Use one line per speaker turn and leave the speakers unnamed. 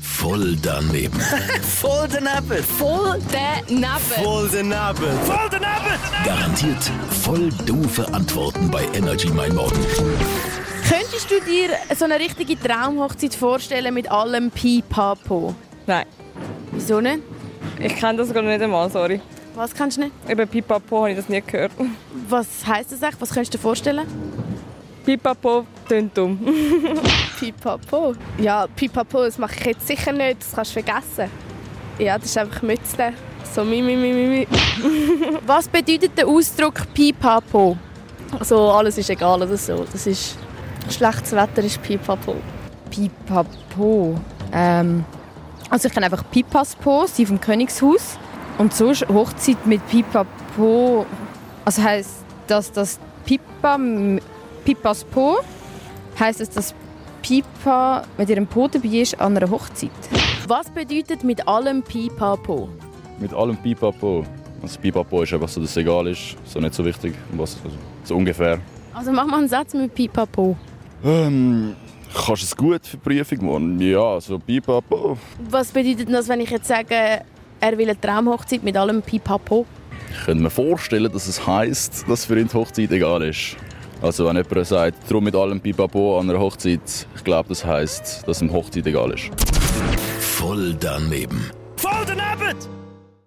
Voll daneben.
Voll daneben.
Voll daneben.
Voll daneben. Voll daneben.
Garantiert voll doofe Antworten bei Energy Mein Morgen.
Könntest du dir so eine richtige Traumhochzeit vorstellen mit allem Pipapo?
Nein,
Wieso nicht?
ich kenne das gar nicht einmal, sorry.
Was kannst du nicht?
Eben Pipapo habe ich das nie gehört.
Was heisst das eigentlich? Was kannst du dir vorstellen?
Pipapo tönt dumm.
Pipapo. Ja, Pipapo, das mache ich jetzt sicher nicht, das kannst du vergessen. Ja, das ist einfach Mütze. So mi, mi, mi, mi, mi.
Was bedeutet der Ausdruck Pipapo?
Also alles ist egal oder so. Das ist... Schlechtes Wetter ist Pipapo.
Pipapo. Ähm, also ich kenne einfach Pipaspo, sie vom Königshaus. Und sonst Hochzeit mit Pipapo. Also heißt das, dass Pipa, Pipaspo, heißt es, dass Pipa mit ihrem Po dabei ist an einer Hochzeit.
Was bedeutet mit allem Pipapo?
Mit allem Pipapo. Das Pipapo ist einfach so, dass es egal ist, so nicht so wichtig, was, also, so ungefähr.
Also mach mal einen Satz mit Pipapo.
Ähm, kannst du es gut für die Prüfung machen? Ja, so Pipapo.
Was bedeutet das, wenn ich jetzt sage, er will eine Traumhochzeit mit allem Pipapo?
Ich könnte mir vorstellen, dass es heisst, dass für ihn die Hochzeit egal ist. Also wenn jemand sagt, drum mit allem Pipapo an einer Hochzeit, ich glaube, das heisst, dass ihm Hochzeit egal ist.
Voll daneben.
Voll daneben.